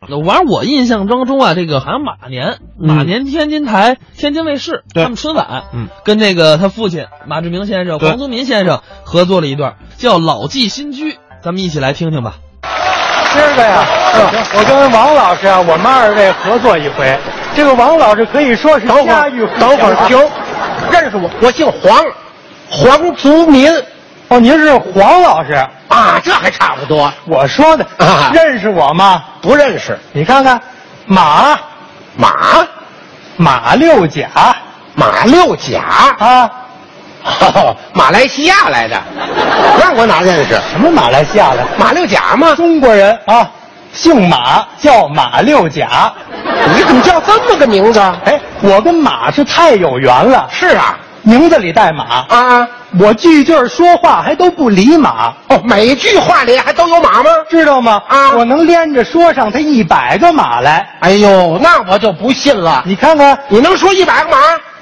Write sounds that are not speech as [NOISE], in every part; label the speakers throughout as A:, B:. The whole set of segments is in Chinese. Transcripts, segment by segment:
A: 反正我印象当中啊，这个好像马年，
B: 嗯
A: 马年天津台、天津卫视
B: 对
A: 他们春晚，
B: 嗯，
A: 跟那个他父亲马志明先生、
B: 对
A: 黄宗民先生合作了一段，叫《老骥新居》，咱们一起来听听吧。
C: 今儿个呀，嗯
D: 嗯
C: 我跟王老师啊，我们二位合作一回。这个王老师可以说是
D: 等会
C: 家
D: 儿
C: 喻户，
D: 等会儿
C: 晓啊
D: 停，认识我，我姓黄，黄族民
C: 哦，您是黄老师，
D: 啊，这还差不多，
C: 我说的，
D: 啊
C: 认识我吗？
D: 不认识
C: 你看看，马
D: 马
C: 马六甲
D: 马六甲、 [LAUGHS]
C: 啊，
D: 哦，马来西亚来的，让我哪认识？
C: 什么马来西亚的？
D: 马六甲吗？
C: 中国人啊，姓马叫马六甲。
D: 你怎么叫这么个名字？
C: 哎，我跟马是太有缘了，
D: 是啊，
C: 名字里带马。
D: 啊，
C: 我句句说话还都不理马，
D: 哦，每句话里还都有马吗？
C: 知道吗？
D: 啊
C: 我能连着说上他一百个马来。
D: 哎呦，那我就不信了。
C: 你看看，
D: 你能说一百个马？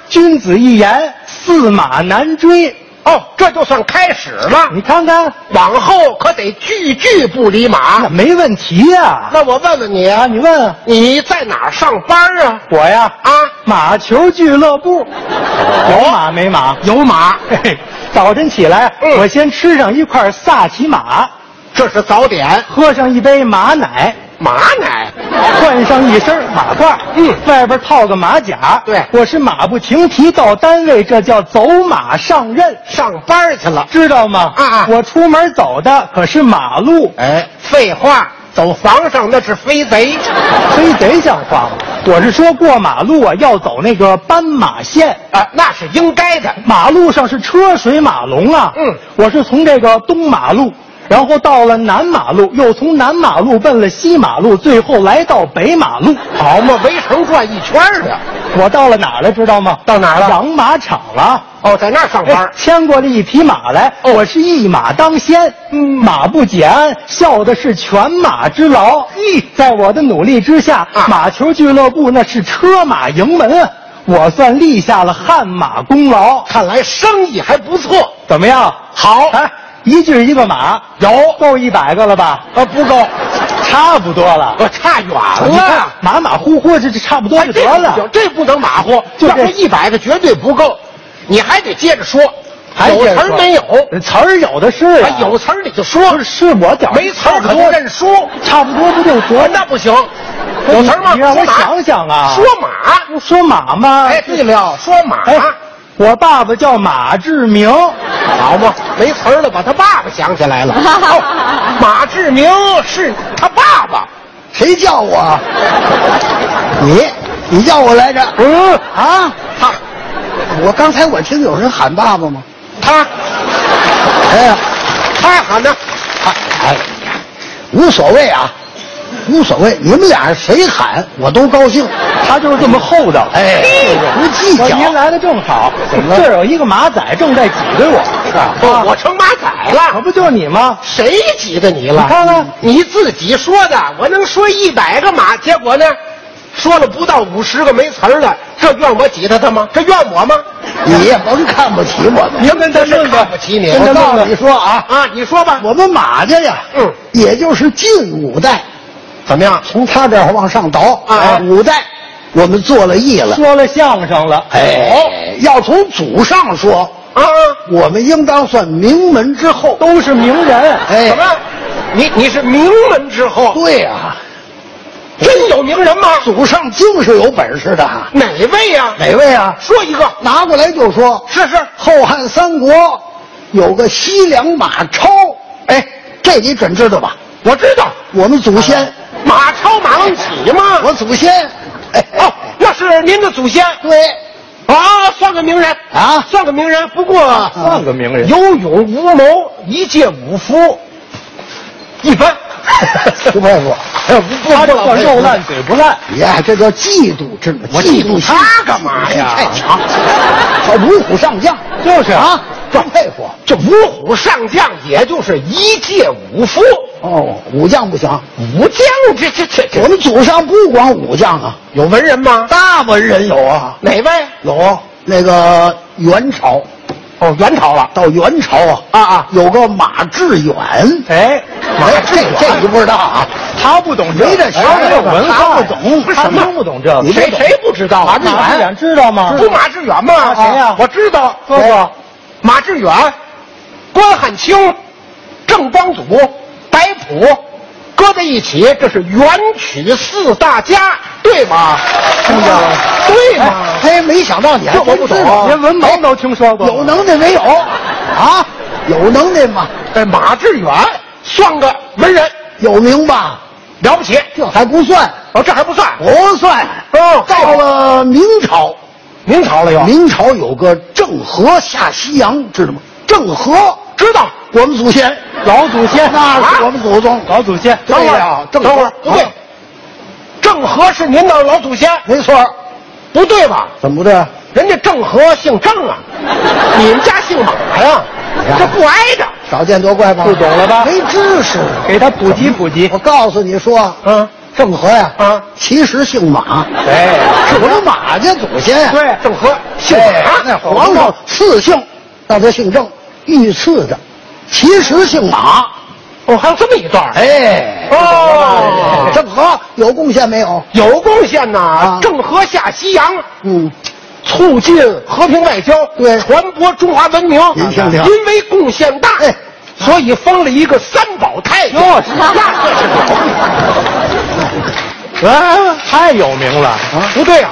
C: 君子一言，驷马难追。
D: 哦，这就算开始了。
C: 你看看，
D: 往后可得句句不离马
C: 那。没问题呀、
D: 那我问问你
C: 啊。
D: 啊，
C: 你问啊
D: 你在哪儿上班啊？
C: 我呀，
D: 啊，
C: 马球俱乐部有马没马？
D: 有马， [LAUGHS]
C: 嘿嘿，早晨起来，
D: 嗯
C: 我先吃上一块萨琪玛，
D: 这是早点。
C: 喝上一杯马奶，
D: 马奶，
C: [LAUGHS] 换上一身马褂，嗯，外边套个马甲。
D: 对
C: 我是马不停蹄到单位，这叫走马上任。
D: 上班去了。
C: 知道吗？
D: 啊啊
C: 我出门走的可是马路，
D: 哎，废话，走房上那是飞贼。
C: 飞贼像话吗？我是说过马路啊，要走那个斑马线，
D: 啊，那是应该的。
C: 马路上是车水马龙啊。
D: 嗯，
C: 我是从这个东马路，然后到了南马路，又从南马路奔了西马路，最后来到北马路。
D: 好嘛，围城转一圈儿的。
C: 我到了哪儿了？知道吗？
D: 到哪儿了
C: 养马场了。
D: 哦，在那儿上
C: 哎
D: 班，。哦
C: 牵过了一匹马来，我是一马当先，嗯，马不解鞍，效的是犬马之劳。咦，在我的努力之下，
D: 嗯啊
C: 马球俱乐部那是车马迎门啊，我算立下了汗马功劳。
D: 看来生意还不错。
C: 怎么样？
D: 好
C: 哎，一句一个马，有够一百个了吧？
D: 啊，不够，
C: 差不多了。
D: 我差远
C: 你看
D: 了。，
C: 马马虎虎，这这差不多
D: 哎
C: 就
D: 这
C: 得
D: 不
C: 了
D: 行。这不能马虎，
C: 就
D: 要
C: 这
D: 不一百个绝对不够，你还得接着说。
C: 还
D: 有
C: 接
D: 词
C: 着
D: 儿
C: 说
D: 没有？
C: 词儿有的是啊
D: 啊，有词儿你就说，
C: 不是是我点儿
D: 没词儿
C: 差不
D: 可
C: 多
D: 就认输。
C: 差不多不就得
D: 我
C: 了？
D: 那不行，有词儿吗？
C: 你让我
D: 说马
C: 想想啊
D: 说马，
C: 不说马吗？
D: 哎，对了，说马，啊
C: 哎，我爸爸叫马志明，
D: 好嘛，没词儿了，把他爸爸想起来 [LAUGHS] 了。哦马志明是他爸爸，
E: 谁叫我？你，你叫我来着？
C: 嗯
E: 啊，
D: 他
E: 我刚才我听有人喊爸爸吗？
D: 他
E: 哎呀，
D: 他喊的，
E: 啊哎，无所谓啊，无所谓，你们俩谁喊我都高兴。
C: 他就是这么厚道。
E: 哎，不计
C: 我
E: 较。
C: 您来的正好，
E: 怎么了
C: 这儿有一个马仔正在挤兑我，是
D: 哦我成马仔
C: 可
D: 了。
C: 不就是你吗？
D: 谁挤兑你
C: 你
D: 了？
C: 看看
D: 你自己说的，我能说一百个马，结果呢，说了不到五十个没词儿了，这怨我挤兑他吗？这怨我吗？
E: 你也甭看不起我们。
C: 您跟他
D: 是
C: 论
D: 看
C: 论
D: 不起你
C: 跟
E: 我
C: 他论
E: 告诉
C: 论
E: 你说啊，
D: 啊，你说吧，
E: 我们马家呀，
D: 嗯，
E: 也就是近五代，
D: 怎么样？
E: 从他这儿往上倒
D: 啊
E: 五代，我们做了艺了。
C: 说了相声了，
E: 哎，要从祖上说，
D: 哦啊，
E: 我们应当算名门之后。
C: 都是名人，
E: 哎，
D: 怎么？你你是名门之后，
E: 对呀、
D: 真有名人吗？
E: 祖上净是有本事的。
D: 哪位呀、
E: 哪位啊？
D: 说一个。
E: 拿过来就说。
D: 是是
E: 后汉三国有个西凉马超，哎，这你准知道吧？
D: 我知道，
E: 我们祖先，
D: 啊马超马孟起吗？
E: 我祖先，哎，
D: 哦，那是您的祖先
E: 对，
D: 啊，算个名人
E: 啊
D: 算个名人。不过
C: 算个名人。
D: 有勇无谋，一介武夫，一般。
E: 不佩服。
D: 哎
C: 他这叫肉烂嘴不烂，
E: 你呀，这叫嫉妒，知道吗？
D: 我嫉妒
E: 心
D: 他干嘛呀
E: 太强，好如虎上将，
C: 就是
E: 啊，真佩服。
D: 这五虎上将，也就是一介武夫，
E: 哦，武将不行，
D: 武将这这这
E: 我
D: 这
E: 们祖上不光武将啊，
D: 有文人吗？
E: 大文人有啊，
D: 哪位？
E: 有那个元朝
D: 哦，元朝了
E: 到元朝啊，
D: 啊啊！
E: 有个马致远，
D: 哎，
E: 哎，这这你就不知道啊？
C: 他不懂
E: 没这学
C: 哎
E: 问
C: 没有文化
E: 他不懂
C: 他听不懂这个。
E: 你
D: 呃谁
E: 这
D: 谁不知道啊？
E: 马致远
C: 马远知道吗？
D: 不马致远啊吗？
C: 谁呀
D: 我知道，
C: 说说
D: 马致远、关汉卿、郑庄祖、白朴搁在一起，这是元曲四大家，对吗？
C: 听见了吗
D: 对吗？
E: 哎，没想到你还
D: 这我
E: 真
D: 不
E: 知
D: 懂
E: 道
D: 啊
C: 连文盲都听说过。
E: 有能耐没有啊？有能耐吗？
D: 哎，马致远算个文人，
E: 有名吧？
D: 了不起。
E: 这还不算，
D: 哦，这还不算，
E: 不算。
D: 哦
E: 到了明朝，
D: 明朝了又。
E: 明朝有个郑和下西洋，知道吗？郑和，
D: 知道
E: 我们祖先，
C: 老祖先
E: 那是我们祖宗。
C: 老祖先，
E: 对呀，郑
D: 啊等会
E: 和
D: 儿不对
E: 啊，
D: 郑和是您的老祖先，
E: 没错儿，
D: 不对吧？
E: 怎么不对？
D: 人家郑和姓郑啊，你们家姓马呀、
E: 哎
D: 这不挨着。
E: 少见多怪吧？
C: 不懂了吧
E: 没知识。
C: 给他普及普及
E: 我。告诉你说，
C: 嗯，
E: 郑和呀，
C: 啊
E: 其实姓马，
C: 哎，
E: 是我们马家祖先哎呀。
C: 对
D: 郑和姓
E: 哎
D: 马，
E: 那皇上赐姓，让他姓郑，御赐的，其实姓马。
D: 哦，还有这么一段儿，
E: 哎，
D: 哦
E: 郑和有贡献没有？
D: 有贡献呐、
E: 啊
D: 郑和下西洋，
E: 嗯，
D: 促进和平外交，
E: 对
D: 传播中华文明。
E: 您听听
D: 因为贡献大，
E: 哎
D: 所以封了一个三宝太 [LAUGHS] 监。
C: 就是
D: 那这是什么啊
C: 哎，太有名了。
D: 不对啊，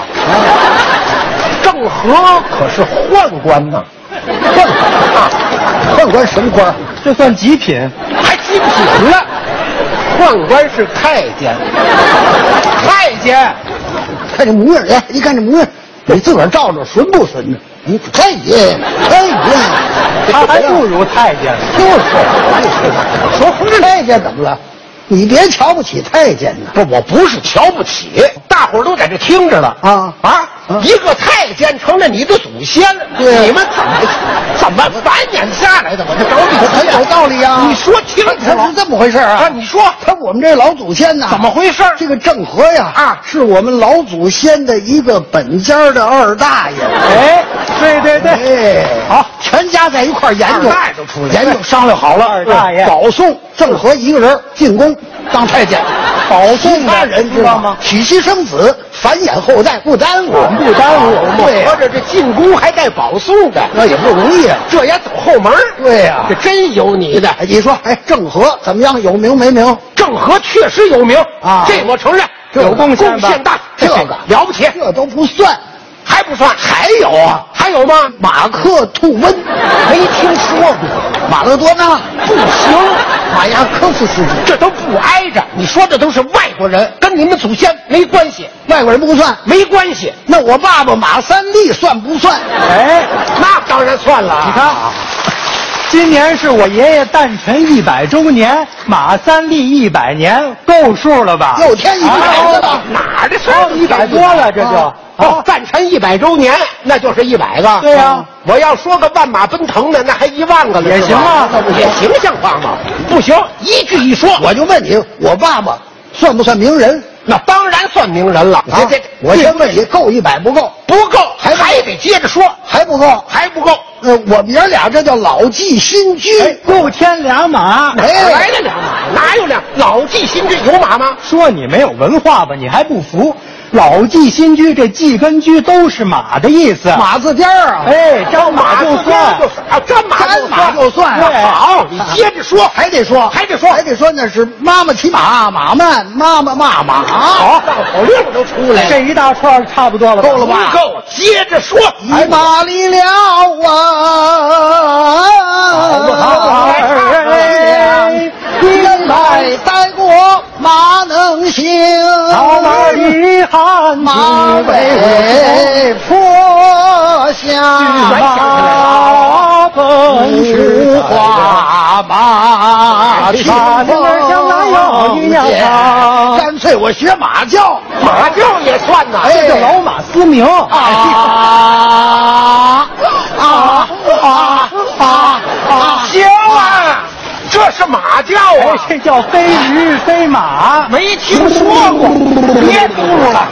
D: 郑和可是宦官呐、
E: [LAUGHS] 宦官什么官？
C: 这算极品。
D: 还极品了。宦官是太
E: [LAUGHS]
D: 监，太监
E: 看这模样，哎，你看这模样， [LAUGHS] 你自个儿照照损不损呢？你太爷，太
C: [LAUGHS]
E: 爷，
C: 他啊还不如太监呢。
E: 啊 [LAUGHS] 就是说不是太监怎么了？你别瞧不起太监呐！
D: 不，我不是瞧不起，大伙儿都在这听着呢
E: 啊
D: 啊
E: 嗯！
D: 一个太监成了你的祖先，
E: 对
D: 你们怎么怎么繁衍下来的？我这着
E: 这
D: 急
E: 很有道理啊！
D: 你说清楚
E: 他是
D: 了
E: 这么回事儿
D: 啊！
E: 啊？
D: 你说
E: 他我们这老祖先呐，
D: 怎么回事儿？
E: 这个郑和呀，
D: 啊
E: 是我们老祖先的一个本家的二大
D: [LAUGHS]
E: 爷。
C: 哎，对对对，
E: 哎，好，全家在一块儿研究，
D: 二大爷都出来了
E: 研究商量好了，嗯
C: 二大爷
E: 保送郑和一个人进宫当太
D: 啊
E: 监，保送他人知道吗？娶妻生子，繁衍后代，不耽误，
C: 不耽误
E: 啊对
D: 合
E: 呀，
D: 着这进宫还带保送的，
E: 那也不容易啊。
D: 这也走后门儿，
E: 对呀
D: 这真有你的。
E: 哎，你说，哎，郑和怎么样？有名没名？
D: 郑和确实有名
E: 啊
D: 这我承认，
E: 这
D: 有贡
C: 献吧
D: 大，
E: 这个
D: 了不起，
E: 这都不算。
D: 还不算，还有啊，还有吗？
E: 马克吐温没听说过，马勒多纳
D: 不行。
E: 马亚科夫斯基，
D: 这都不挨着。你说这都是外国人，跟你们祖先没关系，
E: 外国人不算。
D: 没关系。
E: 那我爸爸马三立算不算？
C: 哎，
D: 那当然算了啊。
C: 你看，今年是我爷爷诞辰一百周年，马三立一百年，够数了吧？
E: 又添一百多哦了
C: 啊
D: 啊哪儿的事儿？
C: 一百多了，这就
E: 啊
D: 哦，诞辰一百周年，那就是一百个。
C: 对
E: 嗯
C: 呀
D: 我要说个万马奔腾的，那还一万个呢，
C: 也
D: 是
C: 行
D: 吧
C: 啊
D: 那不也形象化吗？不行，一句一说，
E: 我就问你，我爸爸算不算名人？
D: 那当然算名人了。
E: 啊
D: 这这，
E: 我先问你，够一百不够？
D: 不够，
E: 还不够
D: 还得接着说，
E: 还不够？
D: 还不够。
E: 呃，我们爷俩这叫老骥新居。
C: 哎够添俩马。
E: 哎
D: 哪来了两马？哪有两？老骥新居有马吗？
C: 说你没有文化吧？你还不服？老骥新居这骥跟居都是马的意思。，
E: 马字颠儿啊，
C: 哎，张马就算。
D: 就是啊，沾马
E: 干马就算。哎
C: 对
D: 好，你接着说，
E: 还得说，
D: 还得说
E: 还得说，那是妈妈骑马，马慢，妈妈骂马。啊
D: 好，口令都出来
C: 这
D: 了，
C: 一大串儿差不多了吧，
E: 够了吧
D: 够，接着说，
E: 一马离了啊，
C: 好
E: 哎天来三国马能行，
C: 老马的汗
E: 马尾坡下
C: 马奔
E: 五
C: 驰
E: 花马，蹄
C: 马蹄儿像那腰一样长
E: 干脆我学马叫，
D: 马厩也算呐。
E: 哎
C: 这叫老马哎嘶鸣。
E: 啊啊啊啊啊！
D: 行啊，这是马厩
C: 哎
D: 啊，
C: 这叫飞驴飞马。
D: 没听说过，别嘟噜了。